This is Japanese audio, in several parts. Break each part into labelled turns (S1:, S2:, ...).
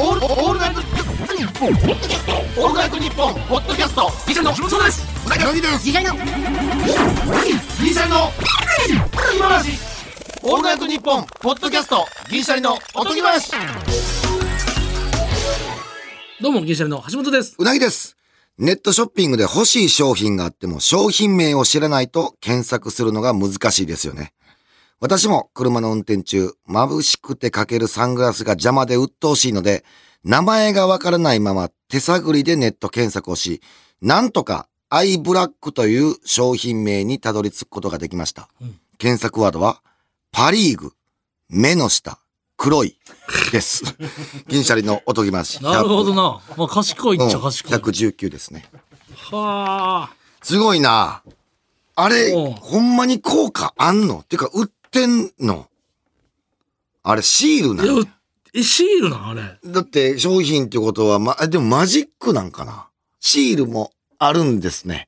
S1: オールオールナイトニッポンオールナイトニッポンポッドキャストギシャリの木本壮ですうなぎのぎです
S2: ギシャリの
S1: ギシャリの今話オールナイトニッポンポッドキャストギシャリのおとぎ話
S3: どうも、銀シャリの橋本です。
S4: うなぎです。ネットショッピングで欲しい商品があっても商品名を知らないと検索するのが難しいですよね。私も車の運転中、眩しくてかけるサングラスが邪魔で鬱陶しいので、名前がわからないまま手探りでネット検索をし、なんとかアイブラックという商品名にたどり着くことができました。
S3: うん
S4: 検索ワードは、パリーグ、目の下、黒い、 です。銀シャリのおとぎまし。
S3: なるほどな。まあ、賢いっちゃ賢い。
S4: 119ですね。
S3: はあ。
S4: すごいな。あれ、
S3: うん
S4: ほんまに効果あんのっていうか、売ってんのあれ、シールない
S3: や
S4: の、
S3: えシールなんあれ。
S4: だって、商品ってことは、ま、あでもマジックなんかなシールもあるんですね。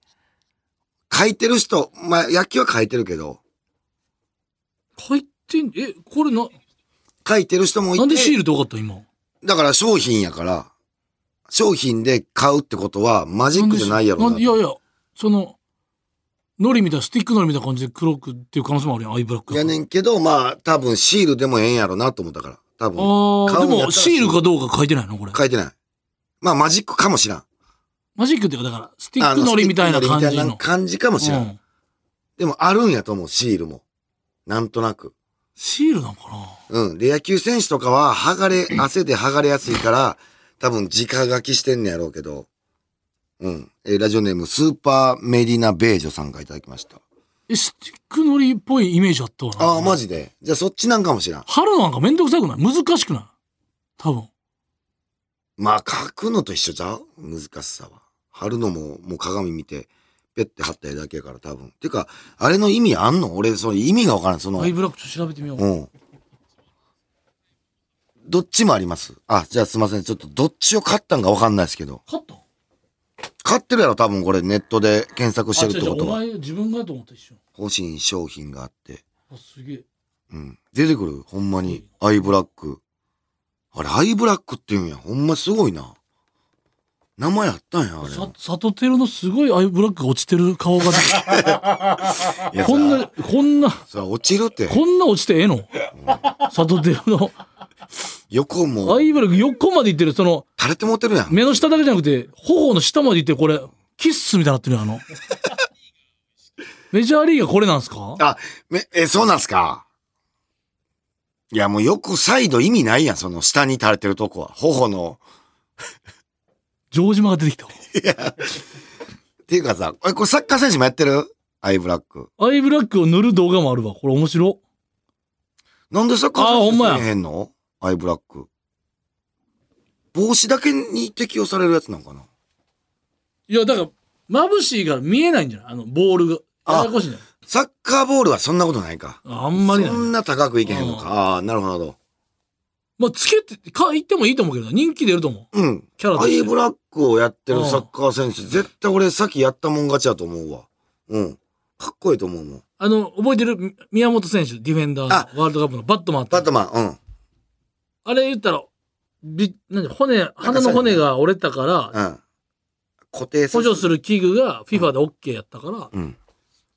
S4: 書いてる人、まあ、野球は書いてるけど、
S3: 書いてん、え、これな、
S4: 書いてる人もいて、
S3: なんでシールって分かった今。
S4: だから商品やから、商品で買うってことは、マジックじゃないやろ
S3: なん
S4: な
S3: で。いやいや、その、ノリみたいな、スティックノリみたいな感じで黒くっていう可能性もあるやん、アイブラック。
S4: やねんけど、まあ、多分シールでもええんやろなと思ったから。多分。
S3: ああ、
S4: 買
S3: で
S4: うんやった
S3: も、
S4: ら
S3: シールかどうか書いてないのこれ。
S4: 書いてない。まあ、マジックかもしらん。
S3: マジックっていうか、だから、スティックノリみたいな感
S4: あのスティック
S3: じ
S4: ノリみたいな
S3: の。
S4: 感じかもしらん。
S3: うん
S4: でも、あるんやと思う、シールも。なんとなく。
S3: シールなんかな
S4: うん。で、野球選手とかは、剥がれ、汗で剥がれやすいから、多分、直書きしてんねやろうけど。うん。えーラジオネーム、スーパーメディナ・ベージョさんからいただきました。
S3: え、スティックノリっぽいイメージあったわな。
S4: ああ、マジで。じゃあ、そっちなんかもしらん。
S3: 貼るのなんかめんどくさくない難しくない多分。
S4: まあ、書くのと一緒じゃう難しさは。貼るのも、もう鏡見て、ペッて貼った絵だけやから、多分。てか、あれの意味あんの俺、その意味がわからん。その
S3: ア、イブラックちょっと調べてみよう。
S4: うん。どっちもあります。あ、じゃあすいません。ちょっとどっちを買ったんかわかんないですけど。
S3: 買った
S4: 買ってるやろ、多分これネットで検索してるってこと
S3: あ
S4: は。
S3: 違う違うお前自分がやと思った一瞬。
S4: 欲しい商品があって。
S3: あ、すげえ。
S4: うん。出てくるほんまに。アイブラック。あれ、アイブラックって言うんや。ほんますごいな。名前あったんや、あれ。
S3: さ、サトテルのすごいアイブラックが落ちてる顔が出てきた
S4: いや
S3: こんな、。こんな、
S4: そら落ちるって。
S3: こんな落ちてええのサトテルの
S4: 横も
S3: アイブラック横まで行ってる、その、
S4: 垂れてもってるやん。
S3: 目の下だけじゃなくて、頬の下まで行って、これ、キッスみたいになってるやん あの。メジャーリーガーこれなんすか
S4: あ、め、え、そうなんすかいや、もうよくサイド意味ないやん、その下に垂れてるとこは。頬の。
S3: 城島が出てきたわ。
S4: っていうかさ、え、これサッカー選手もやってるアイブラック。
S3: アイブラックを塗る動画もあるわ。これ面白。
S4: なんでサッカー
S3: あほ
S4: 選
S3: んまや
S4: 手せえへんのアイブラック。帽子だけに適用されるやつなんかない
S3: や、だから、眩しいから見えないんじゃないあの、ボールが。
S4: あ
S3: ややこしいんじゃない
S4: サッカーボールはそんなことないか。
S3: ああんまりない
S4: そ。んな高くいけへんのか。ああー、なるほど。
S3: まあ、つけて、か、言ってもいいと思うけどな、人気出ると思う。
S4: うん。
S3: キャラと
S4: ア
S3: して
S4: イブラックをやってるサッカー選手、絶対俺さっきやったもん勝ちやと思うわ。うん。かっこいいと思うもん。
S3: あの、覚えてるみ宮本選手、ディフェンダー、
S4: あ
S3: ワールドカップのバットマンあった
S4: バットマン、うん。
S3: あれ言ったら、び、なんで、骨、鼻の骨が折れたから、
S4: うん。固定
S3: 補助す
S4: る。
S3: る器具が FIFA で OK やったから、
S4: うん。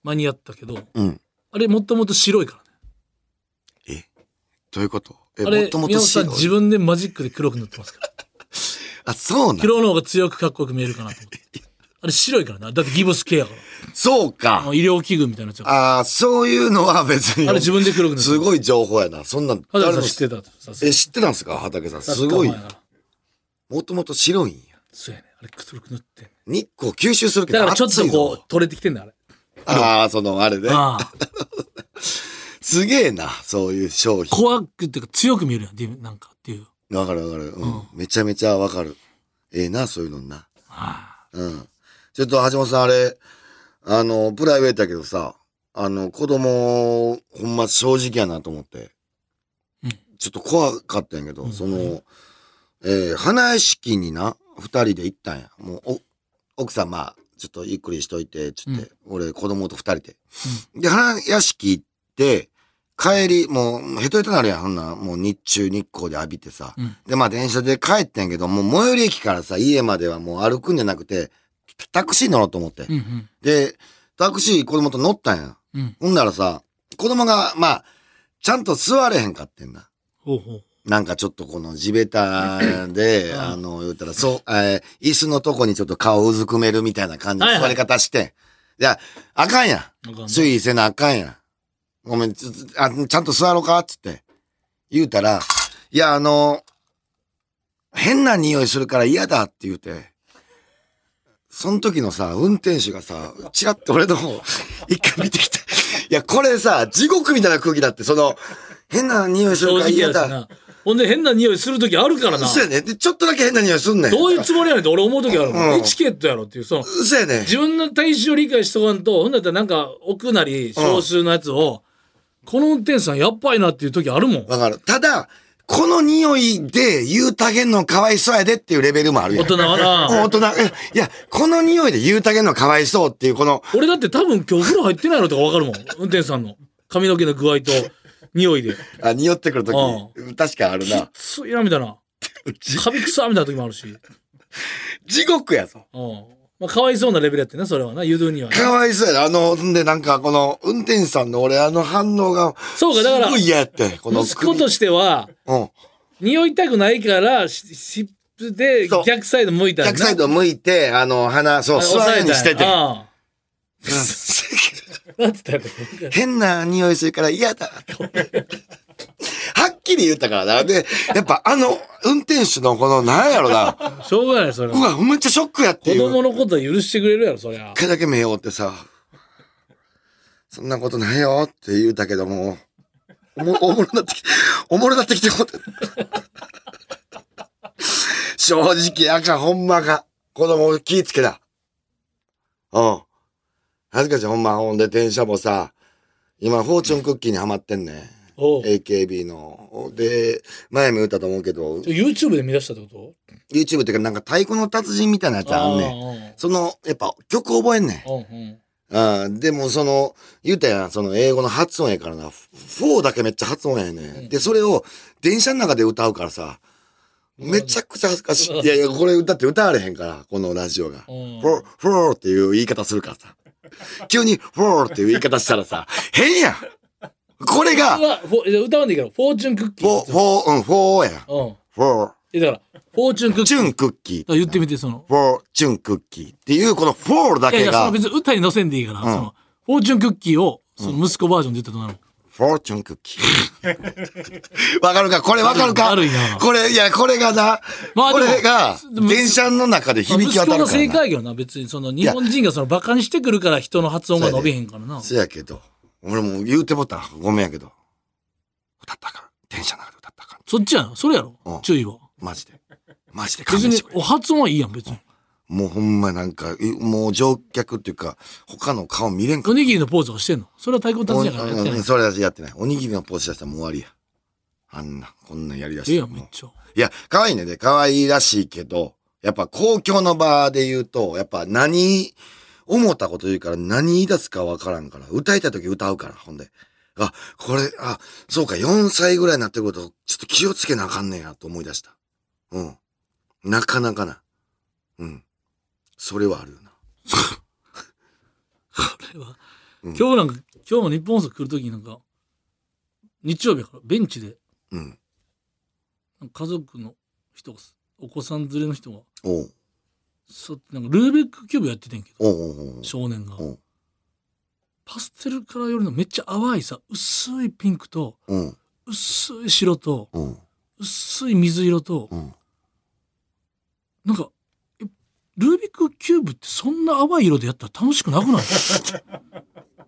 S3: 間に合ったけど、
S4: うん。
S3: あれもともと白いからね。
S4: どういうことえ、
S3: あ
S4: も
S3: れ
S4: と、も
S3: 宮
S4: と
S3: 本さん自分でマジックで黒く塗ってますから。
S4: あ、そうなん。
S3: 黒の方が強くかっこよく見えるかなと思って。あれ白いからな。だってギブス系やから。
S4: そう
S3: あの
S4: か。
S3: 医療器具みたいなやつやから
S4: ああ、そういうのは別に。
S3: あれ自分で黒く塗って
S4: す
S3: ます。
S4: ごい情報やな。そんなん、
S3: 畑
S4: の
S3: さん知ってたと。さすが
S4: え、知ってたんすか畑さん。すごい
S3: サッカー前や。から
S4: もともと白いんや。
S3: そうやね。あれ黒く塗ってんね
S4: 日光吸収するけど
S3: だからちょっと
S4: 熱い
S3: こ
S4: ぞ
S3: う、取れてきてんだ、あれ。
S4: ああ、その、あれね。
S3: ああ。
S4: すげえな。そういう商品。
S3: 怖くっていうか強く見えるやんディなんかっていう。
S4: わかるわかる。うん。めちゃめちゃわかる。ええな、そういうのな。
S3: あ
S4: うん。ちょっと橋本さんあれ、あの、プライベートやけどさ、あの、子供、ほんま正直やなと思って。
S3: うん
S4: ちょっと怖かったんやけど、
S3: うん
S4: その、えー花屋敷にな、二人で行ったんや。もう、お、奥さん、まあ、ちょっとゆっくりしといて、つって、俺、子供と二人で。で、花屋敷行って、帰り、もう、ヘトヘトなるやん、ほんならもう日中日光で浴びてさ。
S3: うん
S4: で、まあ電車で帰ってんけど、もう最寄り駅からさ、家まではもう歩くんじゃなくて、タクシー乗ろうと思って。
S3: うんうん
S4: で、タクシー子供と乗ったんや。
S3: うん
S4: ほんならさ、子供が、まあ、ちゃんと座れへんかってんだ。
S3: ほうほう
S4: なんかちょっとこの地べたで、
S3: うん
S4: あの、言ったら、そう、えー椅子のとこにちょっと顔うずくめるみたいな感じ
S3: はい
S4: の
S3: は
S4: 座
S3: い
S4: り方して。いや、あかんやん。
S3: なんかね
S4: 注意せなあかんやん。ごめん、ちょあちゃんと座ろうかっつって。言うたら、いや、あの、変な匂いするから嫌だって言うて、その時のさ、運転手がさ、チラッと俺の方、一回見てきて、いや、これさ、地獄みたいな空気だって、その、変な匂いするか
S3: 正
S4: ら
S3: 直
S4: 嫌
S3: やし
S4: だ。
S3: なほんで変な匂いする時あるからな
S4: そうやね。で、ちょっとだけ変な匂いすんねん。
S3: どういうつもりやねんって俺思う時あるもん
S4: うん
S3: エチケットやろっていうその
S4: そうやね。
S3: 自分の体質を理解しとかんとほんだったらなんか奥なり少数のやつをこの運転手さんやっばいなっていう時あるもん
S4: わかる。ただ、この匂いで言うたげんのかわいそうやでっていうレベルもあるや
S3: 大
S4: ん。
S3: 人は
S4: 大
S3: な
S4: 人、えいや、この匂いで言うたげんのかわいそうっていう、この、
S3: 俺だって多分今日風呂入ってないのとか分かるもん運転手さんの髪の毛の具合と匂いで
S4: あ、匂ってくるとき、確かある
S3: き
S4: な。
S3: ついなみたいな
S4: じ
S3: カビ臭みたいな時もあるし、うん
S4: 地獄やぞ。
S3: まあ、かわいそうなレベルやってなそれはな言うにはな
S4: かわいそうやな。あの、んで、なんか、この、運転手さんの俺、あの反応が、
S3: そうかだから
S4: すごい嫌やって、この
S3: 息子としては
S4: うん。
S3: 匂いたくないからし湿布で
S4: そう
S3: 逆サイド向いたら
S4: 逆
S3: な
S4: サイド向いて、あの、鼻、そう、
S3: あ
S4: 座るようにして
S3: 抑えたん
S4: て。
S3: やああなんて言ったんやろ
S4: 変な匂いするから嫌だ。はっきり言ったからな。で、やっぱあの、運転手のこの、なんやろな。
S3: しょうがないそれ
S4: う
S3: は
S4: わ、めっちゃショックやって
S3: 子
S4: いう。
S3: 供のことは許してくれるやろそり
S4: 一
S3: ゃ
S4: 回だけ目を追ってさ、そんなことないよって言うたけども、おも、おもろなってきて、おもろなってきてもうて。正直、あかん、ほんまあかん。子供気ぃつけだ。うん。恥ずかしい、ほんま。ほんで、電車もさ、今、フォーチュンクッキーにハマってんね。
S3: おう
S4: AKB の。で、前も言ったと思うけど、
S3: YouTube で見出したってこと
S4: YouTube っていうか、なんか太鼓の達人みたいなやつあんねん。
S3: ね
S4: その、やっぱ曲覚えんねん。
S3: うん
S4: ああ、でもその、言うたやん、その英語の発音やからな。フォーだけめっちゃ発音やね、
S3: ん
S4: ん。で、それを電車の中で歌うからさ、めちゃくちゃ恥ずかしい。いやいや、これ歌って歌われへんから、このラジオが。
S3: うん
S4: フォー、フォーっていう言い方するからさ。急にフォーっていう言い方したらさ、変やんこれが、
S3: う
S4: フ
S3: わフォじゃあ歌わんでいいけどフォーチュンクッキ
S4: ォー、フ
S3: ー
S4: ォー、うん、フォーやん。
S3: うん
S4: フォー、
S3: えだからフォーチュンクッキ
S4: チ
S3: ー
S4: ュンクッキー。
S3: 言ってみてその
S4: フォー、チュンクッキーっていう、このフォーだ
S3: いやい
S4: け
S3: やそ
S4: が
S3: の、別に歌に乗せんでいいから、そのフォーチュンクッキーをその息子バージョンで言ったとなる、
S4: フォーチュンクッキー。わかるかこれわかるか
S3: だるいな
S4: これ、いや、これがな、
S3: まあで
S4: こ
S3: も
S4: れが、
S3: でも
S4: 電車の中で響き
S3: 息
S4: 渡
S3: 子
S4: る
S3: の
S4: から
S3: 正
S4: な。
S3: 解やけどな別にその日本人がそのバカにしてくるから人の発音が伸びへんからな
S4: せやけど、俺もう言うてもった。ごめんやけど。歌ったらあかん。電車の中で歌ったらあかん。
S3: そっちやなそれやろ、
S4: うん
S3: 注意は
S4: マジで。マジで勘
S3: 別
S4: 弁し
S3: に
S4: てく
S3: お
S4: れ。
S3: 発音はいいやん別に
S4: もうほんまなんか、いもう乗客っていうか、他の顔見れんか
S3: おにぎりのポーズはしてんのそれは太鼓
S4: ら。
S3: 達人やからやって
S4: う
S3: なんい
S4: それはやってない。おにぎりのポーズ出したらもう終わりや。あんな、こんなんやりだし
S3: ええ
S4: て
S3: やんめっ
S4: もう
S3: ちゃ
S4: いや、可愛いねで、可愛いらしいけど、やっぱ公共の場で言うと、やっぱ何、思ったこと言うから何言い出すかわからんから、歌いたい時歌うから、ほんで。あ、これ、あ、そうか、4歳ぐらいになってくると、ちょっと気をつけなあかんねや、と思い出した。うん。なかなかな。うん。それはあるよな。
S3: これは、
S4: ん
S3: 今日なんか今日も日本放送来る時になんか日曜日やからベンチで
S4: うん。
S3: なんか家族の人がお子さん連れの人が
S4: おう。
S3: そなんかルービックキューブやっててんけど
S4: おうおうおう
S3: 少年が
S4: おう。
S3: パステルカラー寄りのめっちゃ淡いさ薄いピンクと
S4: おう。
S3: 薄い白と
S4: おう。
S3: 薄い水色と
S4: おう。
S3: なんかえルービックキューブってそんな淡い色でやったら楽しくなく ない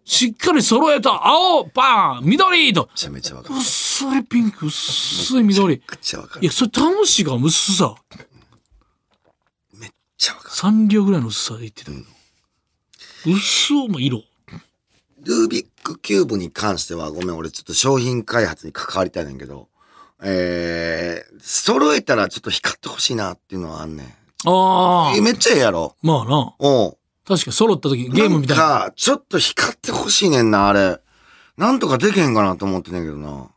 S3: しっかり揃えた青パン緑と
S4: めちゃめちゃわかる。め
S3: 薄いピンク薄い緑
S4: っちゃわかる。
S3: い
S4: めっ
S3: やそれ楽しいが薄さ
S4: ちゃわかる。
S3: 3両ぐらいの薄さで言ってたけど薄いも色
S4: ルービックキューブに関しては、ごめん、俺ちょっと商品開発に関わりたいねんけど、えー、揃えたらちょっと光ってほしいなっていうのはあんねん。
S3: あ
S4: え
S3: あ
S4: めっちゃええやろ
S3: まあな
S4: おう
S3: 確かに揃った時にゲームみたいな
S4: なんか、ちょっと光ってほしいねんな、あれ。なんとかできへんかなと思ってんねんけどな。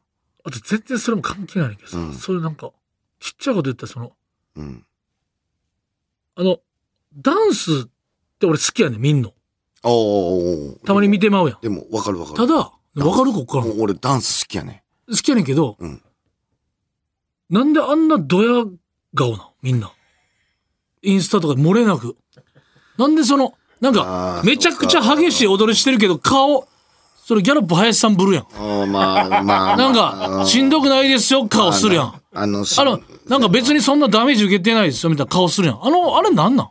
S3: あと全然それも関係ないねんけどさ、
S4: うん
S3: そういうなんか、ちっちゃいこと言ったらその、
S4: うん。
S3: あの、ダンスって俺好きやねん、見んの。
S4: おーおーおー
S3: たまに見てまうやん。
S4: でも、わかるわかる。
S3: ただ、わかるこっから
S4: もう俺ダンス好きやね
S3: 好きやねんけど、
S4: うん
S3: なんであんなドヤ顔なんみんな。インスタとか漏れなく。なんでその、なん
S4: あ
S3: か、
S4: ー
S3: めちゃくちゃ
S4: そうか
S3: 激しい踊りしてるけど、顔、それギャロップ林さんぶるやん。
S4: ん。おーまあ、まあ。
S3: なん
S4: う
S3: か、しんどくないですよ、顔するやん。あ
S4: あの、し
S3: の、なんか別にそんなダメージ受けてないですよ、みたいな顔するやん。あの、あれなんなん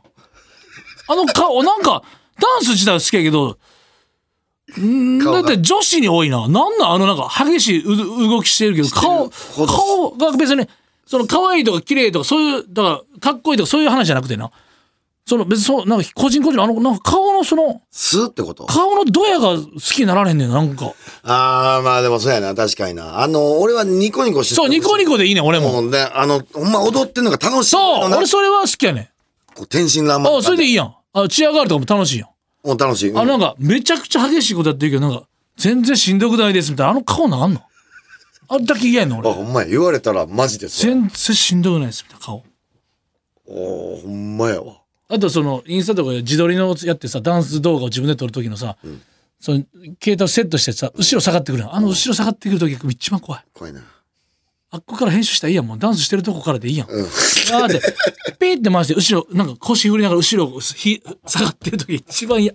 S3: あの顔、なんか、ダンス自体は好きやけど、んー
S4: 顔
S3: だ
S4: が
S3: って女子に多いな。なんなんあのなんか激しいう動きしてるけど、
S4: てる
S3: 顔、
S4: ほど
S3: 顔が別に、その可愛いとか綺麗とか、そういう、だから、かっこいいとかそういう話じゃなくてな。その別にそう、なんか個人個人の、あの、なんか顔のその、
S4: スーってこと
S3: 顔のドヤが好きになられへんねんな、なんか。
S4: ああ、まあでもそうやな、確かにな。あの、俺はニコニコして
S3: そう、ニコニ
S4: コ。
S3: コでいいねん、俺も。
S4: もうね、あの、ほんま踊ってんのが楽しい
S3: そう
S4: のな。
S3: 俺それは好きやねん。
S4: こう天真爛漫。
S3: あそれでいいやん。あチアガールとかも楽しいやん。
S4: もう楽しい。うん
S3: あなんかめちゃくちゃ激しいことやってるけどなんか全然しんどくないですみたいなあの顔なんのあれだけ嫌やねん
S4: あ、
S3: 俺
S4: ほんまや。言われたらマジですわ。
S3: 全然しんどくないですみたいな顔
S4: おー、ほんまやわ。
S3: あとそのインスタとかで自撮りのやってさダンス動画を自分で撮る時のさ、その携帯をセットしてさ後ろ下がってくるやんあの後ろ下がってくる時一番怖い
S4: 怖いな。
S3: あっこから編集したらいいやんもうダンスしてるとこからでいいやん、
S4: うん。
S3: あーってピーって回して後ろなんか腰振りながら後ろをひ下がってる時一番嫌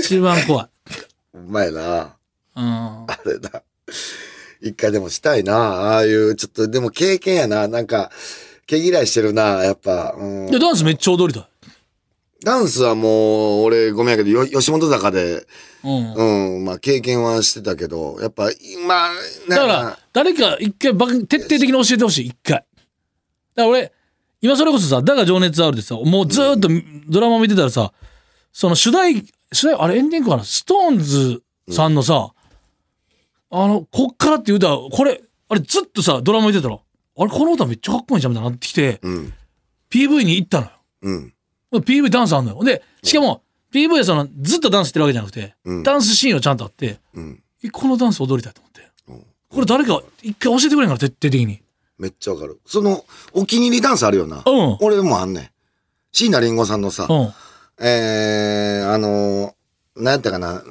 S3: 一番怖い
S4: ほんまやな。
S3: うん
S4: あれだ。一回でもしたいな。ああいう、ちょっと、でも経験やな。なんか、毛嫌いしてるな。やっぱ。うん
S3: いや、ダンスめっちゃ踊りたい。
S4: ダンスはもう、俺、ごめんやけど、よ吉本坂で、
S3: うん。
S4: うん、まあ、経験はしてたけど、やっぱ、今、な
S3: だか
S4: ん
S3: ら、誰か一回ばく、徹底的に教えてほしい、一回。だから俺、今それこそさ、だが情熱あるでさ、もうずーっとドラマ見てたらさ、その主題、主題、あれエンディングかなストーンズさんのさ、あの、こっからって言うたら、これ、あれずっとさ、ドラマ見てたら、あれこの歌めっちゃかっこいいじゃんみたいになってきて、
S4: うん、
S3: PV に行ったのよ。
S4: うん、
S3: PV ダンスあんのよ。ほんで、しかも、PV はその、ずっとダンスしてるわけじゃなくて、
S4: うん
S3: ダンスシーンはちゃんとあって、
S4: うん。
S3: えこのダンス踊りたいと思って。
S4: うん
S3: これ誰か一回教えてくれんから徹底的に。
S4: めっちゃわかる。その、お気に入りダンスあるよな。
S3: うん
S4: 俺もあんねん。椎名林檎さんのさ、
S3: うん。
S4: えー、あのー、なんていうかな、ん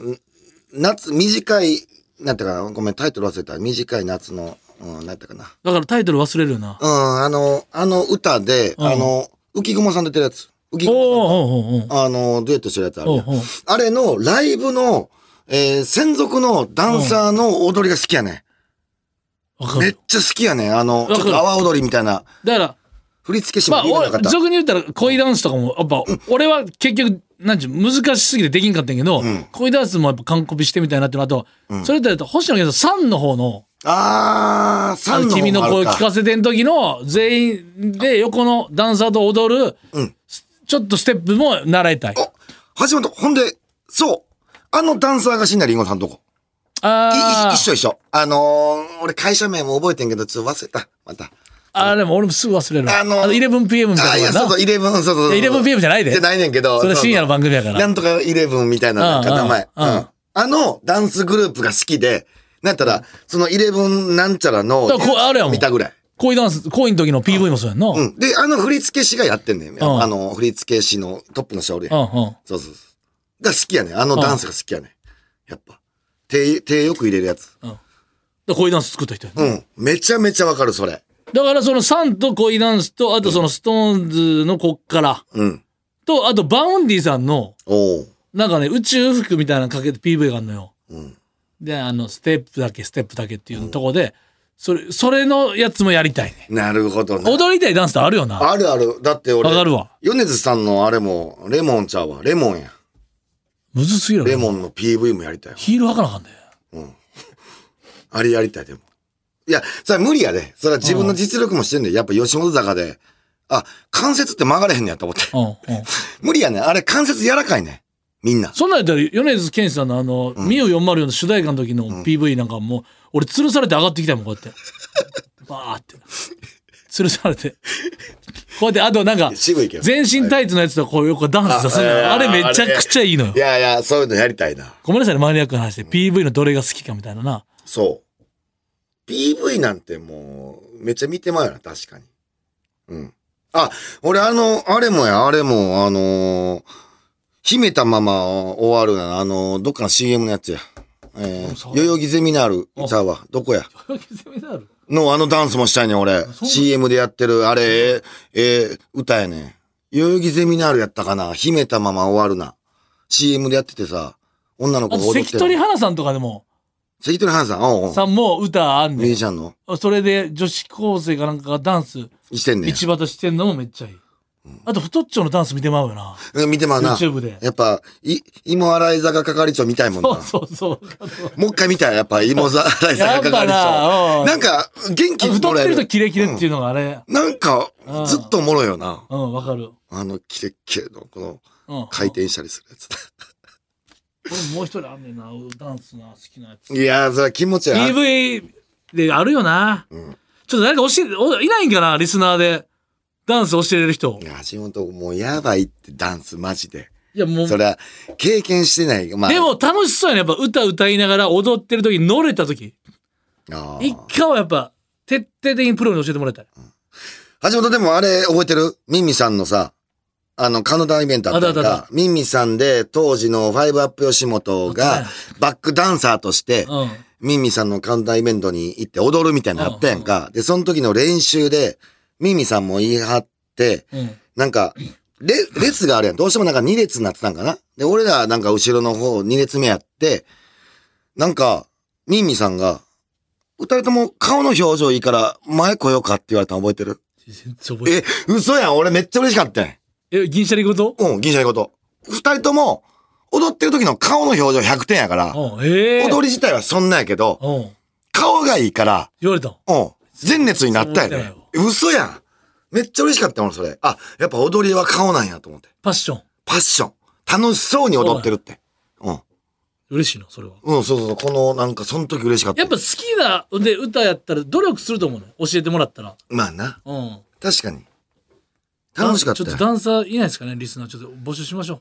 S4: 夏、短い、なんていうかな、ごめん、タイトル忘れた。短い夏の、うん、なんていうかな。
S3: だからタイトル忘れるよな。
S4: うん、あの、あの歌で、
S3: うん
S4: あの、浮雲さん出てるやつ。浮
S3: お
S4: 雲
S3: おおうおうおう
S4: さん。あの、デュエットしてるやつある
S3: お
S4: や。
S3: うん
S4: あれのライブの、えー、専属のダンサーの踊りが好きやね
S3: おうわ
S4: ん。
S3: か
S4: めっ
S3: る。
S4: ちゃ好きやねん。あの、
S3: かる
S4: ちょっと阿波踊りみたいな。
S3: だから、
S4: 振り付け師も
S3: まあ、
S4: 見えなかっ
S3: 俺
S4: た。
S3: 俗に言ったら恋ダンスとかも、やっぱ、俺は結局、なんちゅう、難しすぎてできんかったんやけど、
S4: うん
S3: 恋ダンスもやっぱ完コピしてみたいなっていうのと、
S4: うん
S3: それとやったら星野源さん3の方の、
S4: あー、
S3: あ
S4: サン
S3: の
S4: の
S3: 君の声
S4: 方もあ
S3: 聞
S4: るか。
S3: かせてん時の、全員で横のダンサーと踊る、
S4: うん
S3: ちょっとステップも習いたい。
S4: お橋本、ほんで、そう。あのダンサーが椎名林檎さんとこ。い
S3: あ
S4: い
S3: ー
S4: 一緒一緒。あのー、俺会社名も覚えてんけど、ちょっと忘れた。また。
S3: あれも俺もすぐ忘れるわ。あ
S4: あの
S3: の、11pm みた
S4: あー、
S3: い
S4: い
S3: な
S4: や、そ
S3: とこや
S4: う
S3: な
S4: そう、イレブン、そうそうそう。
S3: いや11PM じゃないで
S4: じゃないねんけど。
S3: それは深夜
S4: そ
S3: の
S4: う
S3: 番組やか
S4: そうな
S3: ら。
S4: んとかイレブンみたいな、なん
S3: うん
S4: か名前。
S3: う
S4: うん
S3: うん
S4: ん。あの、ダンスグループが好きで、なんやったら、そのイレブンなんちゃらの、
S3: だからこうあれやもん
S4: 見たぐらい。
S3: 恋ダンス、恋の時の PV もそうやんな。うん
S4: う
S3: うん。
S4: ん。で、あの振付師がやってんねん。
S3: ん
S4: あの、振付師のトップの人おるやん。そうそうそう。が好きやねん。あのダンスが好きやねん。やっぱ。手、手よく入れるやつ。
S3: だ恋ダンス作った人やん
S4: うん。めちゃめちゃわかる、それ。
S3: だからそのサンと恋ダンスと、あとそのストーンズのこっから、
S4: うん。
S3: と、あとバウンディさんの、
S4: おう。
S3: なんかね、宇宙服みたいなのかけて PV があるのよ。
S4: うん。
S3: で、あの、ステップだけ、ステップだけっていうとこで、それ、それのやつもやりたいね。
S4: なるほどね。
S3: 踊りたいダンスってあるよな。わ
S4: あるある。だって俺、
S3: かるわ。
S4: 米津さんのあれも、レモンちゃうわ。レモンや。
S3: むずすぎるわ
S4: レモンの PV もやりたいわ。
S3: ヒール履かなあかんで。
S4: あれやりたい、でも。いや、それは無理やで。それは自分の実力もしてんねんやっぱ吉本坂で。あ、関節って曲がれへんねやと思って。
S3: うん、うん。
S4: 無理やねん。あれ関節柔らかいねん。みんな。
S3: そんなんやったら、米津玄師さんのあの、ミュー404の主題歌の時の PV なんかもう、俺吊 るされて上がってきたもん、こうやって。バーって。吊るされて。うやって、あとなんか、
S4: 渋いけど。
S3: 全身タイツのやつとこう、よくダンスさせる
S4: はい
S3: の。あれめちゃくちゃいいのよ
S4: い。やいや、そういうのやりたいな。
S3: ごめんなさいね、マニアックな話で。PV のどれが好きかみたいなな。
S4: そう。PV なんてもう、めっちゃ見てまうよな、確かに。うん。あ、俺あの、あれもや、あれも、あのー秘めたまま終わるな、あのーどっかの CM のやつや。え
S3: そ
S4: ー、
S3: う
S4: 代々木ゼミナール、
S3: あ
S4: ちゃうわ、どこや。
S3: あ
S4: の、あのダンスもしたいねん、俺。CM でやってる、あれ、えーえー歌やねん。代々木ゼミナールやったかな、秘めたまま終わるな。CM でやっててさ、女の子が
S3: と、
S4: 踊っ
S3: 関
S4: てる
S3: 取。花さんとかでも、
S4: 関取ハンさん、おうおう
S3: さんも歌あん
S4: ミュー
S3: ね
S4: ジシャンの
S3: ん。それで女子高生かなんかがダンス、
S4: してんねん。
S3: 道端してんのもめっちゃいい。あと、太っちょのダンス見てまうよな。
S4: うん見てまうな。
S3: YouTube で。
S4: やっぱ、い、芋洗い坂係長見たいもんな。
S3: そうそうそう。
S4: もう一回見たい、やっぱ芋洗い
S3: や
S4: 坂
S3: っぱ
S4: 係長。
S3: な、うん
S4: なんか、元気
S3: 太
S4: も
S3: っ
S4: ら
S3: て
S4: え
S3: ると
S4: る。
S3: キレキレっていうのがあれ。
S4: なんか、ずっとおもろいよな。
S3: うん、わかる。
S4: あの、キレッキレの、この、
S3: うん。
S4: 回転したりするやつ。
S3: 俺もう一人あんねんな、ダンスな、好きなやつ。
S4: いやー、それは気持ちいい。
S3: PV であるよな。
S4: うん
S3: ちょっと誰か教えて、おいないんかな、リスナーで。ダンス教えれる人
S4: い。や、橋本、もうやばいって、ダンス、マジで。
S3: いや、もう
S4: そ。れは、経験してない。まあ、
S3: でも楽しそうやね。やっぱ歌歌いながら踊ってる時に乗れた時。
S4: あー、
S3: 一回はやっぱ、徹底的にプロに教えてもらいたい。
S4: 橋本でもあれ覚えてるミンミさんのさ、あの、カウントダウンイベントあったやん
S3: あったあった
S4: か、
S3: あ
S4: ミンミさんで当時のファイブアップ吉本
S3: あった
S4: が
S3: ね
S4: バックダンサーとして、
S3: うん。
S4: ミンミさんのカウントダウンイベントに行って踊るみたいなのあったやんか。で、その時の練習で、ミンミさんも言い張って、
S3: うん。
S4: なんか、れ、列があるやん。どうしてもなんか2列になってたんかな。で、俺らなんか後ろの方2列目やって、なんか、ミンミさんが、二人とも顔の表情いいから前来ようかって言われたの覚えてる
S3: 全然覚えて
S4: え、嘘やん。俺めっちゃ嬉しかったん。
S3: ないえ、銀シャリごと
S4: うん、銀シャリこと。二人とも、踊ってる時の顔の表情100点やから、
S3: うん。ええ
S4: 踊り自体はそんなんやけど、
S3: うん。
S4: 顔がいいから、
S3: 言われたん
S4: うん、前列になったんや
S3: そう
S4: ね
S3: 思っ。
S4: 嘘やん。めっちゃ嬉しかったもん、それ。あ、やっぱ踊りは顔なんやと思って。
S3: パッション。
S4: パッション。楽しそうに踊ってるって。うん。
S3: 嬉しいな、それは。
S4: うん、そうそうそう。この、なんか、その時嬉しかった。
S3: やっぱ好きなで歌やったら努力すると思うの。教えてもらったら。
S4: まあな。
S3: うん。
S4: 確かに。楽しかった
S3: ちょっと
S4: よ。
S3: ダンサーいないですかね、リスナー。ちょっと募集しましょう。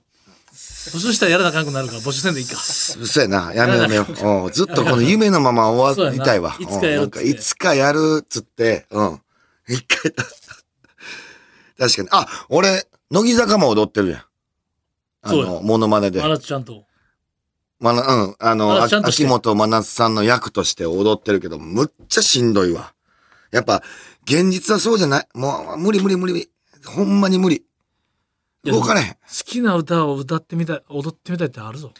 S3: 募集したらやらなあかんくなるから、募集せんでいいか。
S4: 嘘やな。やめようやめ よう。うんずっとこの夢のまま終わりたいわ。
S3: そうやないつかやるっつって
S4: うんなんいつかやるっつって、うん。一回だ。確かに。あ、俺、乃木坂も踊ってるやん。あ
S3: そう
S4: の、モノマネで
S3: あ。らちゃんと。
S4: まな、うん。あの、
S3: あ
S4: あ
S3: ちゃんとして
S4: 秋元真夏さんの役として踊ってるけど、むっちゃしんどいわ。やっぱ、現実はそうじゃない。もう、無理無理無理無理。ほんまに無理。
S3: いやで
S4: 動
S3: も
S4: かれへん。
S3: 好きな歌を歌ってみたい、踊ってみたいってあるぞ。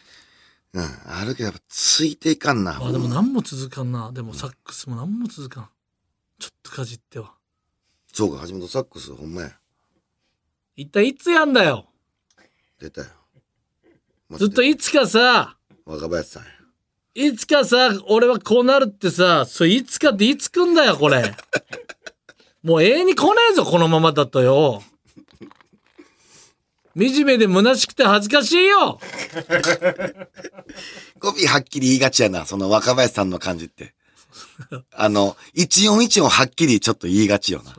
S4: うん。あるけど、やっぱついていかんな。
S3: あでも何も続かんな。でもサックスも何も続かん。ちょっとかじっては。
S4: そうか、橋本サックス、ほんまや。
S3: 一体いつやんだよ。
S4: 出たよ。マ
S3: ず
S4: ジ
S3: っ
S4: で
S3: といつかさ、
S4: 若林さんや。
S3: いつかさ、俺はこうなるってさ、それいつかっていつ来んだよ、これ。もう永遠に来ねえぞ、このままだとよ。惨めで虚しくて恥ずかしいよ。
S4: 語尾はっきり言いがちやな、その若林さんの感じ って。あの、一音一音はっきりちょっと言いがちよな。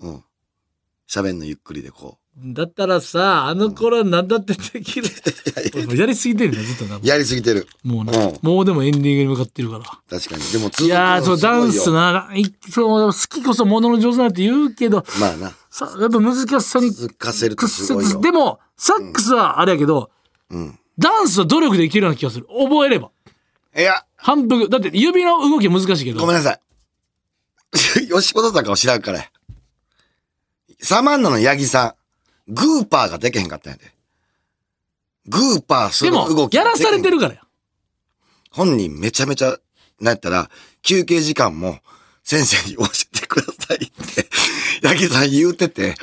S4: うん。喋んのゆっくりでこ
S3: だったらさ、あの頃は何だってできる。俺もうやりすぎてるね、ずっとな
S4: う。。やりすぎてる。
S3: もうな、
S4: うん
S3: もうでもエンディングに向かってるから。
S4: 確かに。でも続くの
S3: いやー、そう、
S4: すごい
S3: ダ
S4: よ
S3: ンス。な、いそう、好きこそものの上手だって言うけど、
S4: まあな。
S3: さやっぱ難しさに
S4: 続かせるとす
S3: 屈
S4: ごいよ
S3: 折。。でも、サックスはあれやけど、
S4: うん。
S3: ダンスは努力できるような気がする。覚えれば。
S4: いや、
S3: 反復。だって指の動き難しいけど。
S4: ごめんなさい。 吉本坂を知らんから。サマンナの八木さん、グーパーがでけへんかったんやで。グーパーす
S3: で
S4: る動きが
S3: も、やらされ
S4: でけへんかった
S3: てるからや。
S4: 本人めちゃめちゃ、なったら、休憩時間も先生に教えてくださいって、八木さん言うてて、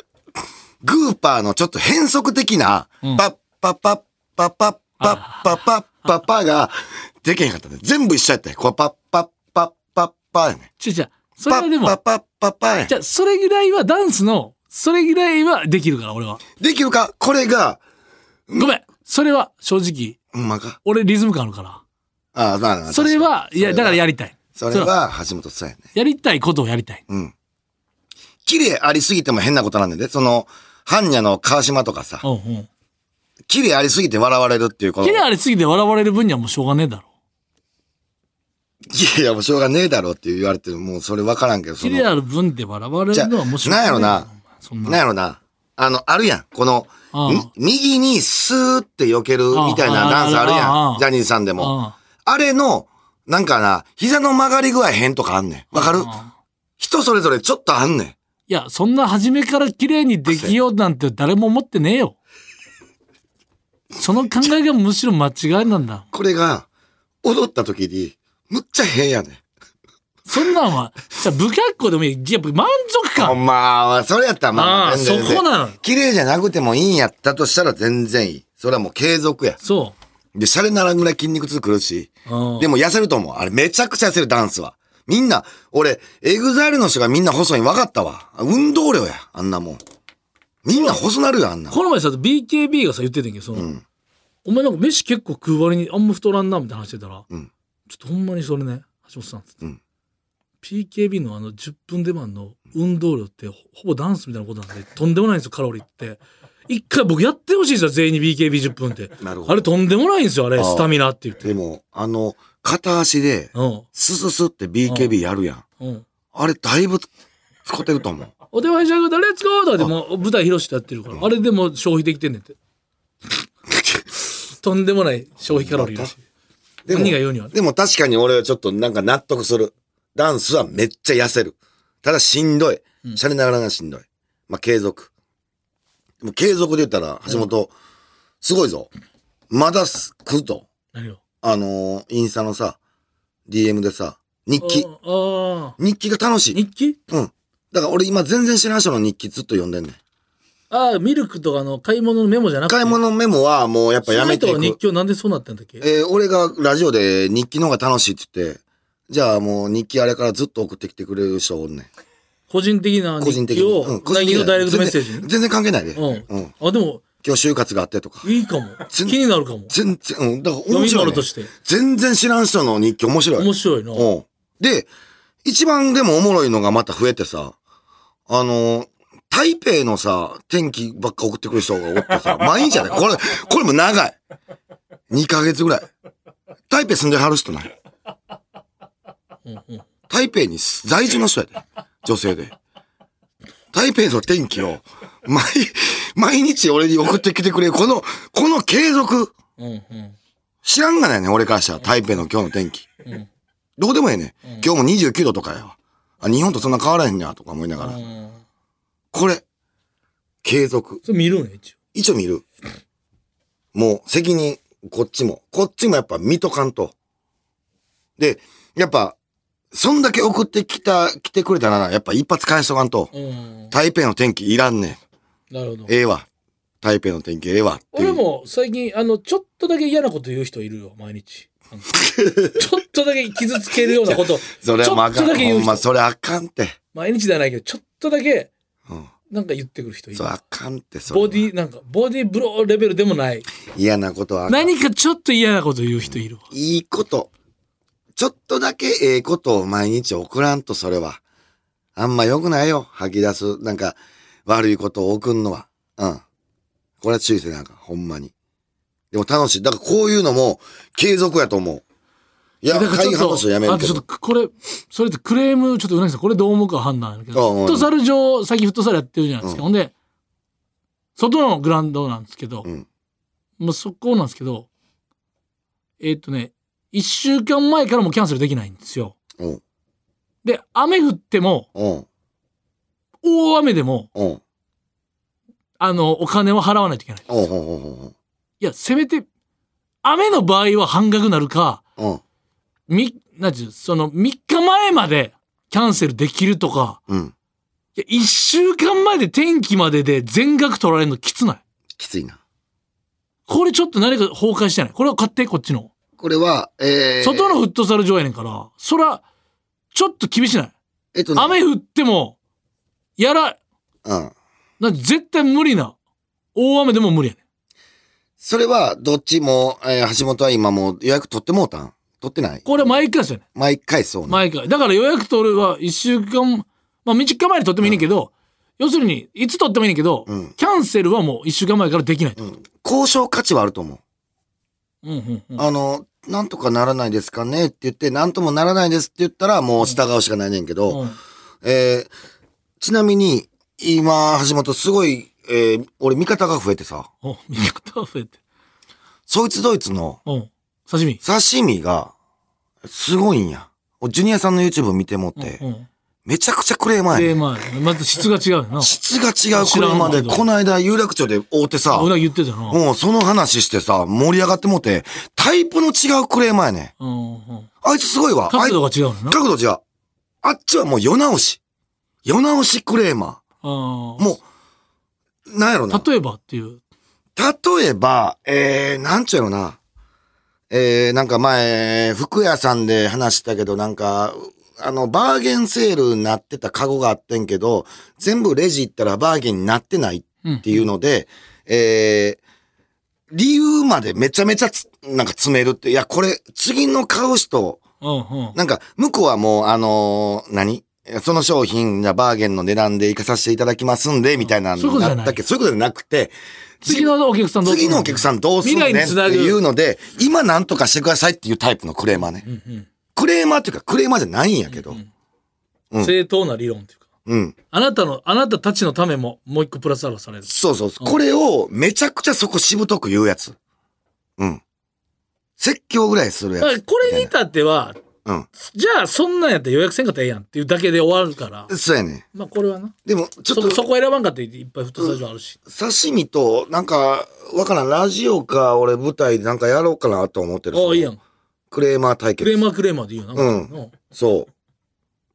S4: グーパーのちょっと変則的な、パ
S3: うん
S4: ッパッパッパッパッパッパッパッパッパが、でけへんかったね。全部一緒やったよこうパッパッパッパッパーやね。
S3: ちょ、ちょ、それ
S4: パ
S3: はで
S4: ッパッ
S3: も、
S4: パッパッパーやね
S3: じ。ゃあそれぐらいはダンスの、それぐらいはできるから、俺は。
S4: できるかこれが、
S3: ごめん。それは、正直、
S4: ほんまか。
S3: 俺リズム感あるか
S4: ああ、まあまあ
S3: ら。それ
S4: 確か
S3: は、
S4: に
S3: いや、だからやりたい。
S4: それは、橋本さんやね。
S3: やりたいことをやりたい。
S4: うん。綺麗ありすぎても変なことなんでね。その、般若の川島とかさ、
S3: うんうん。
S4: 綺麗ありすぎて笑われるっていうこの。
S3: 綺
S4: い
S3: 麗ありすぎて笑われる分にはもうしょうがねえだろ。
S4: やいや、もうしょうがねえだろって言われてる。もうそれわからんけど、そ
S3: 綺麗
S4: の、
S3: ある分で笑われるのはもうしょうが
S4: じゃあ
S3: ねえだ
S4: なんやろな
S3: ろ。そん
S4: なん
S3: な。
S4: やろな。あの、あるやん。この、
S3: ああ
S4: ん右にスーって避けるみたいなダンスある
S3: ああああ
S4: や
S3: ああ
S4: ん。ジャニーさんでも。
S3: あ
S4: あれの、なんかな、膝の曲がり具合変とかあんねん。わかる
S3: あ
S4: 人それぞれちょっとあんねん。
S3: いや、そんな初めから綺麗にできようなんて誰も思ってねえよ。その考えがむしろ間違いなんだ。
S4: これが、踊った時に、むっちゃ変やねん。
S3: そんなんは、じゃあ不格好でもいい。やっぱ満足
S4: ほ
S3: 感。
S4: んま、それやったらま
S3: あ
S4: あ、
S3: あ、
S4: 全
S3: そ
S4: 然
S3: こなの。
S4: 綺麗じゃなくてもいいんやったとしたら全然いい。それはもう継続や。
S3: そ
S4: で、シャレならんぐらい筋肉痛くるし。
S3: う。うん
S4: でも痩せると思う。あれめちゃくちゃ痩せるダンスは。みんな、俺、エグザイルの人がみんな細いん分かったわ。運動量や、あんなもん。みんな細なるよ、あんな。
S3: この前さ、BKB がさ、言ってたんやけど、その、
S4: ん
S3: お前なんか飯結構食う割にあんま太らんな、みたいな話してたら、
S4: うん
S3: ちょっとほんまにそれね、橋本さんっつって、
S4: うん
S3: PKB のあの10分出番の運動量ってほほぼダンスみたいなことなんで、とんでもないんですよ、カロリーって。一回僕やってほしいんですよ、全員に BKB10 分って。
S4: なるほど
S3: あれとんでもないんですよ、あれ、
S4: ああ
S3: スタミナって言って。
S4: でも、あの、片足で、
S3: うん。
S4: スススって BKB やるやん。
S3: うん。
S4: あれだいぶ使ってると思 う。
S3: お手前しゃぐだ、レッツゴーとかでもう舞台披露してやってるから、あれでもう消費できてんねんって。とんでもない消費カロリーだし。
S4: でも
S3: 何が言うにはね。
S4: でも確かに俺はちょっとなんか納得する。ダンスはめっちゃ痩せる。ただしんどい。シャレながらがしんどい。まあ、継続。でも継続で言ったら、橋本、すごいぞ。まだす来ると。
S3: 何を
S4: あのーインスタのさ、DM でさ、日記。
S3: あーあ
S4: 日記が楽し
S3: ー。
S4: い。
S3: 日記
S4: うん。だから俺今全然知らん人の日記ずっと読んでんねん。
S3: ああ、ミルクとかの買い物のメモじゃなくて。
S4: 買い物メモはもうやっぱやめてい
S3: その人は日
S4: く。
S3: 記をなんでそうなったんだっけ
S4: えー俺がラジオで日記の方が楽しいって言って、じゃあもう日記あれからずっと送ってきてくれる人おんねん。
S3: 個人的な
S4: 個
S3: 日
S4: 人的
S3: 記
S4: に。
S3: を、
S4: うん個人
S3: LINE
S4: 的
S3: のダイレクトメッセージ
S4: 全然
S3: に。
S4: 全然関係ないで。
S3: う
S4: うんん。。
S3: あ、でも、
S4: 今日就活があってとか。
S3: いいかも。気
S4: 全
S3: になるかも。
S4: 全然、うん。だから
S3: 読
S4: 面
S3: み
S4: 白い、
S3: 物
S4: ね。
S3: として。
S4: 全然知らん人の日記面白い。
S3: 面白いな。
S4: うん。で、一番でもおもろいのがまた増えてさ、あのー台北のさ、天気ばっか送ってくる人がおって さ、毎日やで。これ、これも長い。2ヶ月ぐらい。台北住んではる人ない。
S3: うんうん
S4: 台北に在住の人やで。女性で。台北の天気を、毎、毎日俺に送ってきてくれる。この、この継続。
S3: うんうん。
S4: 知らんがないね、俺からしたら。台北の今日の天気。
S3: うん
S4: どうでもええね。今日も29度とかやわ。あ、日本とそんな変わらへんねや、とか思いながら。
S3: うん。
S4: これ、継続。
S3: それ見るんや、一応。
S4: 一応見る。もう、責任、こっちも。こっちもやっぱ見とかんと。で、やっぱ、そんだけ送ってきた、来てくれたなら、やっぱ一発返しとかんと。
S3: うん。
S4: 台北の天気いらんねん。
S3: なるほど。
S4: ええわ。台北の天気ええわってい
S3: 俺
S4: う。
S3: も最近、あの、ちょっとだけ嫌なこと言う人いるよ、毎日。なんかちょっとだけ傷つけるよう なこと。
S4: それはもうあ
S3: ち
S4: か
S3: ょっとだけ
S4: ん。
S3: 言う
S4: ほ
S3: 人
S4: んま、それあかんって。
S3: 毎日ではないけど、ちょっとだけ、
S4: うん。
S3: なんか言ってくる人いる
S4: そ。れあかんって、それは
S3: ボディ、なんか、ボディブローレベルでもない。
S4: 嫌なことはあかん
S3: 何かちょっと嫌なこと言う人いるわ。
S4: いいこと。ちょっとだけええことを毎日送らんと、それは。あんま良くないよ。吐き出す。なんか、悪いことを送んのは。うん。これは注意せなあかん。ほんまに。でも楽しい。だからこういうのも継続やと思う。いや、
S3: だから
S4: 会
S3: ちょ
S4: 議
S3: っと
S4: 話をやめる
S3: あと
S4: け
S3: ちょっと
S4: ど。
S3: これ、それってクレーム、ちょっとうなぎさん、これどう思うか判断やけ
S4: あ
S3: ど、
S4: うん
S3: フットサル場、最近フットサルやってるじゃないですか。
S4: うん
S3: ほんで、外のグラウンドなんですけど、
S4: うん
S3: まあそこなんですけど、えーっとね、1週間前からもうキャンセルできないんですよ。
S4: うん。
S3: で、雨降っても、
S4: うん。
S3: 大雨でも、
S4: うん。
S3: あの、お金を払わないといけない。
S4: うん。うん。うん。
S3: いや、せめて、雨の場合は半額なるか、
S4: うん。
S3: み、なんちゅう、その3日前までキャンセルできるとか、
S4: うん。
S3: いや、一週間前で天気までで全額取られるのきつない。
S4: きついな。
S3: これちょっと何か崩壊してない。これは買って、こっちの。
S4: これは、えー、
S3: 外のフットサル場やねんから、そら、ちょっと厳しない。
S4: えっとね、
S3: 雨降っても、やら、
S4: うん。
S3: なんて絶対無理な。大雨でも無理やね
S4: それは、どっちも、えー橋本は今もう予約取ってもうたん取ってない
S3: ん。これ毎回ですよね。
S4: 毎回そうね。
S3: 毎回。だから予約取るは一週間、まあ3日前に取ってもいいねんけど、要するに、いつ取ってもいいねんけど、
S4: うん
S3: キャンセルはもう一週間前からできないと。
S4: うん交渉価値はあると思う。
S3: うんうんうん。
S4: あの、なんとかならないですかねって言って、なんともならないですって言ったら、もう従うしかないねんけど、
S3: うん
S4: えーちなみに、今、橋本、すごい、えー俺、味方が増えてさ、
S3: お、見方増えて。
S4: そいつドイツの
S3: うん。刺身。
S4: 刺身が、すごいんや。俺ジュニアさんの YouTube 見てもっ
S3: うん
S4: て、
S3: うん。
S4: めちゃくちゃクレーマーや
S3: で、
S4: ねん
S3: まあ、また質が違うよな。
S4: 質が違うクレーマーで、
S3: 知らんわ
S4: この間、有楽町で会うてさ、
S3: 俺は言ってたな。
S4: もうその話してさ、盛り上がってもって、タイプの違うクレーマーやねん。
S3: うんうん。
S4: あいつすごいわ。あい
S3: 角度が違うのな。
S4: 角度違う。あっちはもう世直し。世直しクレーマ
S3: も
S4: ー。もう、なんやろな。
S3: 例えばっていう。
S4: 例えば、えー、なんちゅうやろな。えー、なんか前、服屋さんで話したけど、なんか、あの、バーゲンセールになってたカゴがあってんけど、全部レジ行ったらバーゲンになってない
S3: うん
S4: っていうので、えー、理由までめちゃめちゃつ、なんか詰めるって、いや、これ、次の買う人、
S3: うんうん。
S4: なんか、向こうはもう、あのー何その商品がバーゲンの値段で行かさせていただきますんで、みたいな
S3: そういうことじゃ
S4: だ
S3: ない
S4: ったっけそういうことじゃなくて、
S3: 次のお客さんどうする
S4: 次のお客さんどうすんねんって
S3: 未来につなぐ
S4: いうので、今なんとかしてくださいっていうタイプのクレーマーね。
S3: うんうん。
S4: クレーマーっていうか、クレーマーじゃないんやけど。うん
S3: 正当な理論っていうか。
S4: うん。
S3: あなたの、あなたたちのためももう一個プラスアルファされる。
S4: そうそうそう。これを、めちゃくちゃそこしぶとく言うやつ。うん。説教ぐらいするや
S3: だから
S4: つ。
S3: これに至っては、
S4: うん。
S3: じゃあそんなんやったら予約せんかったらええやんっていうだけで終わるから。
S4: そうやね。
S3: まあこれはな。
S4: でも、ちょっ
S3: そ
S4: と
S3: こ、そこ選ばんかっていっぱいフットサイズあるし。
S4: 刺身と、なんか、わからん、ラジオか、俺舞台でなんかやろうかなと思ってる。
S3: ああ、いいやん。
S4: クレーマー対
S3: ク
S4: 決。
S3: レーマークレーマーでいいよな。
S4: うん
S3: な
S4: そう。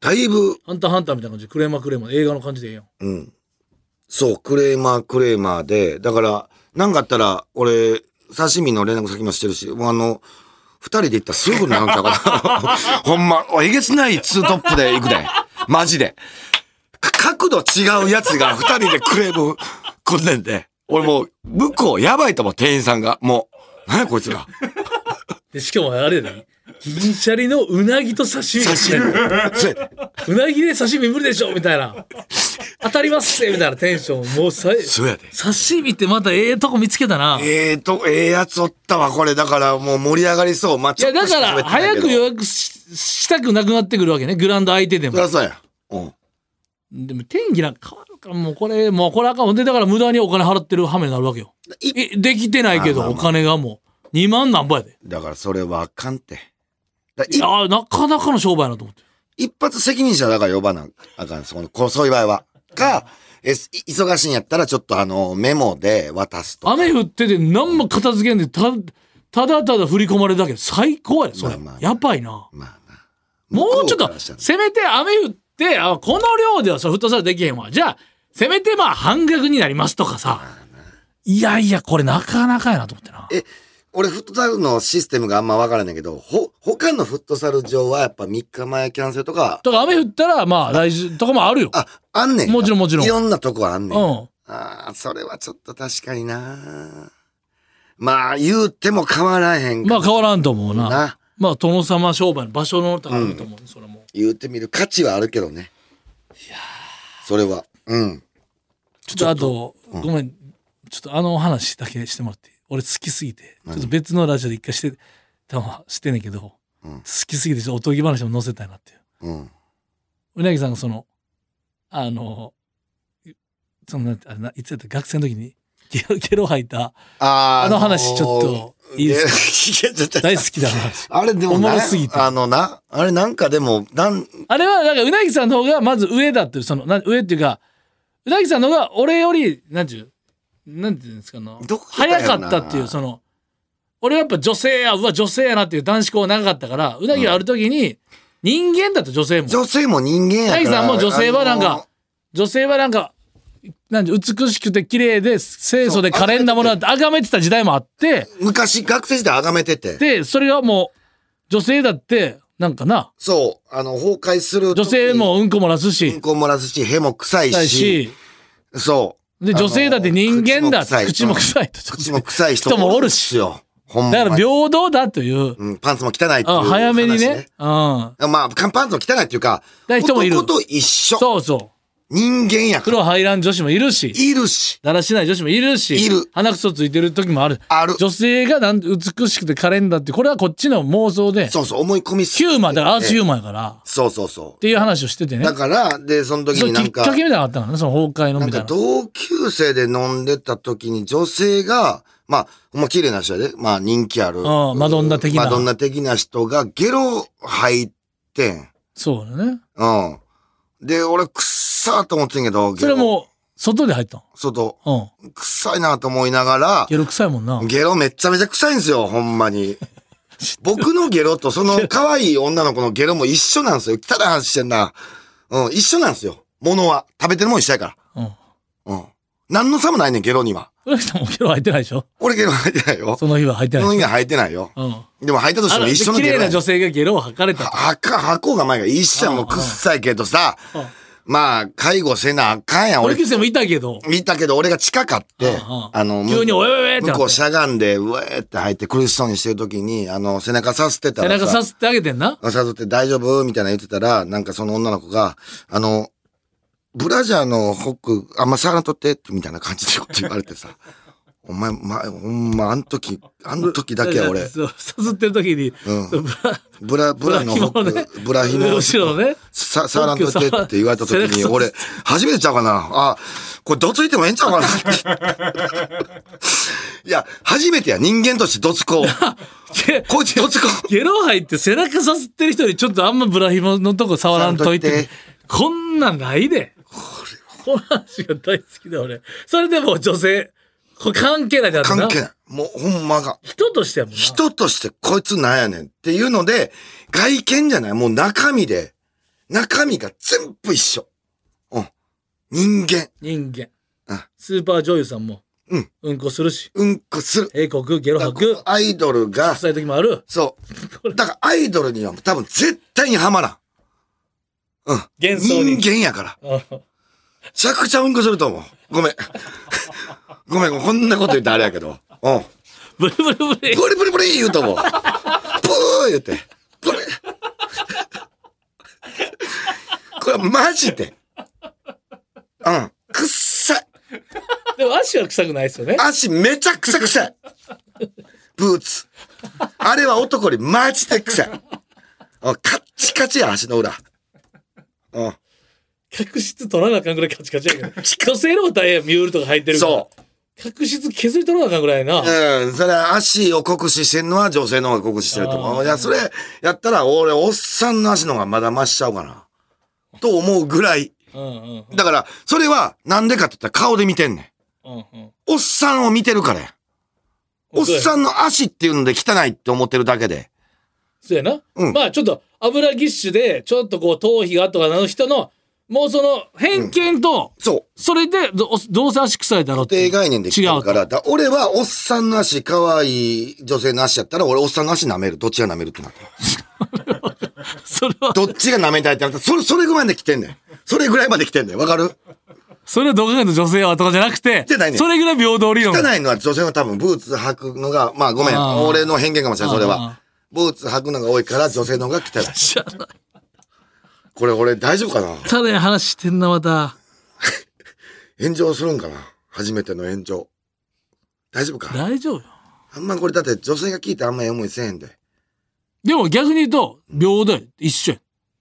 S4: だいぶ、
S3: ハンターハンターみたいな感じでクレーマークレーマー映画の感じでええやん。
S4: うん。そう、クレーマー、クレーマーで、だから、なんかあったら、俺、刺身の連絡先もしてるし、もうあの、二人で行ったらすぐなんだから、ほん ま、おえげつないツートップで行くで。マジで。か角度違うやつが二人でクレームこんねんで。俺もう、向こうやばいと思う、店員さんが。もう、なんやこいつら。
S3: で、しかもあれだよ。銀シャリのうなぎと刺身が
S4: 刺 身。そうやで
S3: うなぎで刺身無理でしょみたいな。当たりますってみたいなテンション。もうさ、
S4: そうやで。
S3: 刺身ってまたええとこ見つけたな。い
S4: ええと、ええやつおったわ、これ。だから、もう盛り上がりそう。まあ、ちょ
S3: や、
S4: っと
S3: だ
S4: し
S3: か
S4: 喋って
S3: ら、
S4: ない
S3: 早
S4: けど
S3: く予約ししたくなくなってくるわけね。グラウンド相手で
S4: そり
S3: も。
S4: ゃそうや。うん。
S3: でも、天気なんか変わるから、もうこれ、もうこれあかん。で、だから無駄にお金払ってる羽目になるわけよ。
S4: い
S3: え、できてないけ
S4: まあ
S3: ど、
S4: まあ
S3: お
S4: まあ
S3: 金がもう、2万なんぼやで。
S4: だから、それはあかんて。だい
S3: いやー、なかなかの商売やなと思って。
S4: 一発責任者だから呼ばなあかん。その、こそういう場合は。か、え、すい忙しいんやったら、ちょっとあの、メモで渡すと。
S3: 雨降ってて何も片付けんで、た、ただただ振り込まれるだけで最高やで、それ
S4: まあまあ。
S3: やばいな。
S4: まあな。
S3: もうち
S4: 向こ
S3: ょっと
S4: からしたら、
S3: せめて雨降って、あ、この量ではそれフットサルできへんわ。じゃあ、せめてまあ半額になりますとかさ。いやいや、これなかなかやなと思ってな。
S4: え、俺、フットサルのシステムがあんまわからないけど、ほ、他のフットサル上は、やっぱ3日前キャンセルとか、
S3: とか雨降ったら、まあ来週とかもあるよ。
S4: あ、あんねんか。
S3: もちろんもちろん
S4: いろんなとこあんねん。
S3: うん。
S4: ああ、それはちょっと確かにな。まあ、言うても変わらへん
S3: まあ変わ
S4: ら
S3: らんと思うな。
S4: な。
S3: まあ殿様商売の場所のとかあると思う、それはもう。
S4: 言うてみる価値はあるけどね。いやそれは。うん。
S3: ちょっとあと、ごめんちょっとあの話だけしてもらっていい俺好きすぎてちょっと別のラジオで一回してたのはしてんねんけど、
S4: うん
S3: 好きすぎてちょっとおとぎ話も載せたいなっていう
S4: うん。
S3: うなぎさんがそのあのいそのなんてあれないつやった学生の時にゲロゲロ吐いた
S4: あー
S3: あの話ちょっといいです
S4: かいや、ちょっと
S3: 大好きだ話
S4: あれでも
S3: おもろ
S4: な
S3: すぎて
S4: あのな、あれなんかでも、なん、
S3: あれはなんかうなぎさんの方がまず上だっていうそのな上っていうかうなぎさんの方が俺よりなんていうなんていうんですかな
S4: どこだよな
S3: 早かったっていうその俺はやっぱ女性やうわ女性やなっていう男子校長かったからうなぎがある時に人間だと女性も、
S4: 女性も人間やから。
S3: 大さんも女性はな
S4: あ
S3: ん
S4: の
S3: か、女性はなんかなんて美しくて綺麗で清楚で可憐なものだって崇めてた時代もあって
S4: 昔、学生時代崇めてて。
S3: でそれがもう女性だってなんかな
S4: そう、あの、崩壊する。
S3: 女性。もうんこ漏らす
S4: うん
S3: し。
S4: こ漏らすし、屁も臭い
S3: だ
S4: し。
S3: し
S4: そう。
S3: で、
S4: あの
S3: 女性だって人間だって、
S4: 口
S3: 口
S4: も
S3: も
S4: 臭い。
S3: 臭いと。
S4: 口も臭い人
S3: 人もおる
S4: し。よ。ほんま
S3: だ
S4: に
S3: から平等だという、
S4: うん、パンツも汚いっていう
S3: あ
S4: 話、ね。
S3: 早めにね。うん。
S4: まあ、パンツも汚いっていうか、
S3: だから人もいる
S4: 男と一緒。
S3: そうそ
S4: 人間やから。
S3: 黒入らん女子もいるし、
S4: いるし、
S3: だらしない女子もいるし、
S4: いる
S3: 鼻くそついてる時もある。
S4: ある。
S3: 女性がなん美しくて可憐だって、これはこっちの妄想で、
S4: そうそう、思い込みす
S3: ヒューマン、だからアースヒュ
S4: ー
S3: ーマンやから、っ
S4: そうそうそ
S3: ていう話をしてて
S4: う。
S3: ね
S4: だ。から、で、その時
S3: そ
S4: に
S3: う
S4: な
S3: き
S4: ん
S3: っ
S4: か。
S3: かけみたいなのあったのね、その崩壊の
S4: なん
S3: みたい
S4: か
S3: な。
S4: 同級生で飲んでた時に女性が、まあ、ほんま綺麗な人やで、まあ人気ある。
S3: うんマドンナ的な
S4: マドンナ的な人がゲロ入ってん。
S3: そうだね。
S4: うん。で、俺、くっさーと思ってんけど、
S3: それはもう、外で入った
S4: う。外、
S3: の。うん。
S4: 臭いなと思いながら、
S3: ゲロ臭いもんな。
S4: ゲロめっちゃめちゃ臭いんですよ、ほんま に。僕のゲロとその可愛い女の子のゲロも一緒なんですよ。汚い話してんな。うん、一緒なんですよ。物は。食べてるもん一緒やか
S3: うん。
S4: ら。うん。何の差もないねん、ゲロには。
S3: 浦木さんもゲロ入ってないでしょ
S4: 俺ゲロ吐いてないよ。
S3: その日は入って
S4: そ
S3: な
S4: の
S3: いで
S4: 意味
S3: し
S4: は吐いてないよ。
S3: ょ。うん。
S4: でも吐いたとしても一緒の
S3: 綺
S4: ゲ
S3: 麗
S4: ロ
S3: な
S4: や。
S3: 女性がゲロを吐かれたと。
S4: はか、吐こうが前が一緒やもうくっさいけどさ、
S3: うん
S4: まあ、介護せなあかんやん。
S3: 俺
S4: 俺、
S3: キスもいたけど、
S4: 見たけど俺が近かって
S3: うんうん、
S4: あの、
S3: 急におえおえおえって
S4: 向
S3: なっ
S4: こ
S3: て
S4: うしゃがんで、うえーって吐いて苦しそうにしてる時に、あの、背中さすってた
S3: 背
S4: ら
S3: 中
S4: さ
S3: さ、すってあげてんな。
S4: さすって大丈夫みたいな言ってたら、なんかその女の子が、あの、ブラジャーのホック、あんま触らんとって、みたいな感じでこと言われてさ、 お前、ま、ほんま、あん時、あん時だけは俺、
S3: そうさすってる時に、
S4: うん
S3: そうブラ
S4: ブラ、ブラのホ
S3: ブ
S4: ッ
S3: ラ紐
S4: ク、ブラヒモ。
S3: 後ろのね。
S4: さ、触らんとってって言われた時
S3: 背中
S4: に、
S3: 触
S4: 俺、初めてちゃうかな。あ、これどついてもええんちゃうか なって。いや、初めてや。人間としてどつこ う。
S3: で
S4: こいつどつこ
S3: ゲロ入って背中さすってる人にちょっとあんまブラヒモのとこ触らんとい
S4: 触らんとい
S3: て
S4: て。
S3: こんなんないで。この話が大好きだ俺。それでもう女性、これ関係ないじゃ
S4: う。
S3: ん
S4: 関
S3: な
S4: 係ない。もうほんまが。
S3: 人としてやもんな。
S4: 人としてこいつなんやねんっていうので、外見じゃない。もう中身で、中身が全部一緒。うん。人間。
S3: 人間
S4: あ。
S3: スーパー女優さんも、
S4: うん。
S3: うんこするし、
S4: うんこする。
S3: 英国、ゲロ吐く、
S4: アイドルが、
S3: 臭い時もある。
S4: そう。だからアイドルには多分絶対にはまらん。うん。
S3: 幻想に
S4: 人間やから。
S3: あ
S4: めちゃくちゃうんこすると思う。ごめん。ごめん、こんなこと言ってあれやけど。うん。
S3: ブルブルブル。
S4: ブリブリブリ言うと思う。ブー言うて。ブリ。これマジで。うん。くっさい。
S3: でも足は臭くないですよね。
S4: 足めちゃくちゃ臭い。ブーツ。あれは男にマジで臭い。うんカッチカチや、足の裏。うん。
S3: 角質取らなあかんぐらいカチカチやけ ど。女性の方が大変やミュールとか入ってるから。。
S4: そう
S3: 角質削り取らなあかんぐらいな。
S4: うん、それは足を酷使してんのは女性の方が酷使してると思う。いや、それやったら俺、おっさんの足の方がまだ増しちゃうかな。と思うぐらい。
S3: うんうん
S4: だから、それはなんでかって言ったら顔で見てんねん。
S3: うんうん。
S4: おっさんを見てるからや。おっさ
S3: ん。
S4: んの足っていうので汚いって思ってるだけで。
S3: そうやな。
S4: うん
S3: まあちょっと油ぎっしゅで、ちょっとこう頭皮がとかの人の、もうその偏見と、
S4: そう。
S3: それでどどうせ足臭いだろうっ
S4: 固定
S3: て。
S4: 概念で来てるから。だ俺はおっさんの足、可愛い女性の足やったら、俺おっさんの足舐める。どっちが舐めるってなったら。
S3: それは、
S4: どっちが舐めたいってなったら、それ、それぐらいまで来てんねん。それぐらいまで来てんねん。わかる
S3: それはどこかの女性はとかじゃなくて、
S4: じゃないねん
S3: それぐらい平等理論。
S4: 汚いのは女性は多分ブーツ履くのが、まあごめん
S3: あー、
S4: 俺の偏見かもしれない、それ
S3: あ
S4: は。ブーツ履くのが多いから女性の方が汚い。
S3: 知らない。
S4: これ俺大丈夫かな
S3: 汚い話してんな、また。
S4: 炎上するんかな初めての炎上。大丈夫か
S3: 大丈夫よ。
S4: あんまこれだって女性が聞いてあんまり思いせえへんで。
S3: でも逆に言うと、平等や一緒や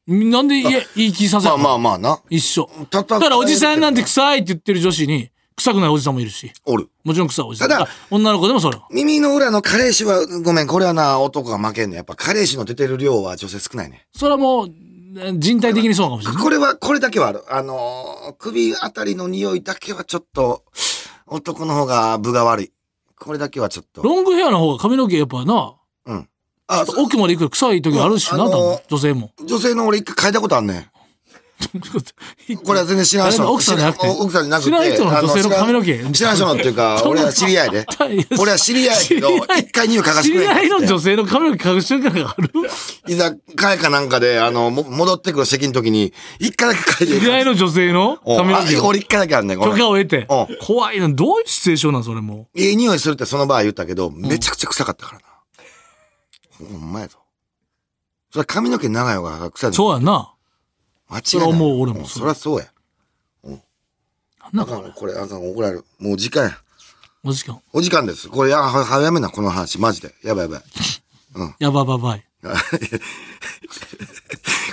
S3: なんで言え言い聞きさせ
S4: ま
S3: る
S4: あ
S3: の、
S4: まあまあな。
S3: 一緒。
S4: たた
S3: だからおじさんなんて臭いって言ってる女子に、臭くないおじさんもいるし。
S4: おる。
S3: もちろん臭いおじさん。
S4: ただ
S3: あ女の子でもそれは。
S4: 耳の裏の彼氏は、ごめん、これはな、男が負けんねん。やっぱ彼氏の出てる量は女性少ないね。
S3: それはもう、人体的にそうかもしれない。
S4: これは、これだけはある。あのー首あたりの匂いだけはちょっと、男の方が分が悪い。これだけはちょっと。
S3: ロングヘアの方が髪の毛やっぱな、
S4: うん。あ、そう
S3: 奥まで行く臭い時あるしな、
S4: うんあのー
S3: 多分女性も。
S4: 女性の俺一回変えたことあんねん。これは全然知らない人の。
S3: 誰の奥さんじゃなくて
S4: 知ら奥さんじゃなくて。
S3: 知らない人の
S4: あ
S3: 女性の髪の毛
S4: 知らん知らない人のっていうか、
S3: そんな
S4: 俺は知り合いで。俺は知り合いやけど
S3: 知り合い
S4: 一回匂い嗅がせ
S3: 知
S4: てくれ
S3: り
S4: へん
S3: 合いの女性の髪の毛隠してるからある
S4: いざ、帰かなんかで、あの、も戻ってくる席の時に、一回だけ帰
S3: 知
S4: って
S3: り合いの女性の
S4: お
S3: 髪の
S4: あ
S3: 毛を
S4: 俺一回だけあんねん、ご
S3: 許
S4: めん
S3: 可を得て
S4: う。
S3: 怖いな。どういうシチュエーションなんそれも
S4: いい匂いするってその場合言ったけど、めちゃくちゃ臭かったからな。ほんまやぞ。それは髪の毛長い方が臭いの。
S3: そうやんな。
S4: 間違いない。
S3: それは思う俺も
S4: んそりゃそうや。うあ
S3: な
S4: か
S3: んか
S4: んこれあかん怒られるもう時間や
S3: お時間
S4: お時間ですこれやは早めなこの話マジでやばいやばい
S3: やばばばい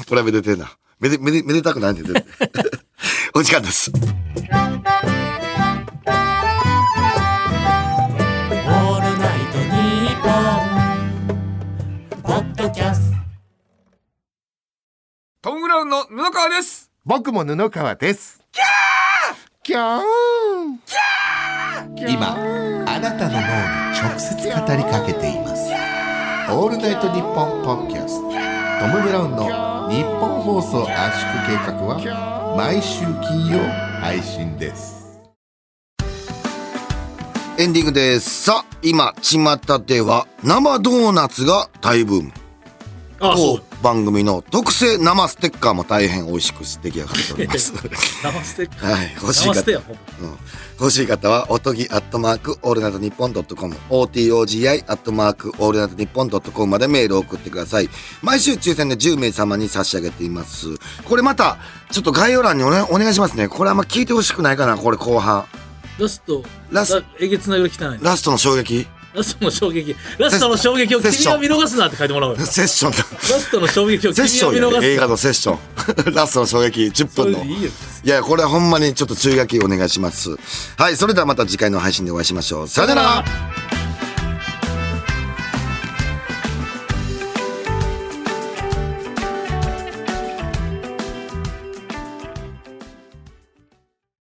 S4: これはめでてえなめでめでめでたくないねんで お時間です
S2: オールナイトニッポン」ポッドキャスト
S5: トム・ブラウンの布川です
S6: 僕も布川です。キャー
S7: 今あなたの脳に直接語りかけていますオールナイトニッポンポッドキャストトム・ブラウンの日本放送圧縮計画は毎週金曜配信です
S4: エンディングですさあ今巷では生ドーナツが大ブーム
S3: あ
S4: 当番組の特製生ステッカーも大変美味しく出来上がっております
S3: 生ステッカ
S4: はい欲しい
S3: 生ス
S4: 方
S3: テよほぼ
S4: 欲しい方はおとぎアットマークオールナイトニッポンドットコム OTOGI アットマークオールナイトニッポンドットコムまでメールを送ってください毎週抽選で10名様に差し上げていますこれまたちょっと概要欄にお,、ね、お願いしますねこれあんま聞いてほしくないかなこれ後半
S3: ラスト
S4: ラス
S3: ラえげつないぐらい汚いな
S4: ラストの衝撃
S3: ラストの衝撃ラストの衝撃を君は見逃すなって書いてもらおうよラ
S4: セッションだ
S3: ストの衝撃を
S4: セッ
S3: 君
S4: ショ
S3: は
S4: ン
S3: 見
S4: や
S3: 逃
S4: ね映
S3: す
S4: 画
S3: な
S4: のセッショ ンラストの衝撃10
S3: そ
S4: 分
S3: れ
S4: の
S3: でいいよ
S4: いや、これはほんまにちょっと注意書きお願いします。はい、それではまた次回の配信でお会いしましょう。さよなら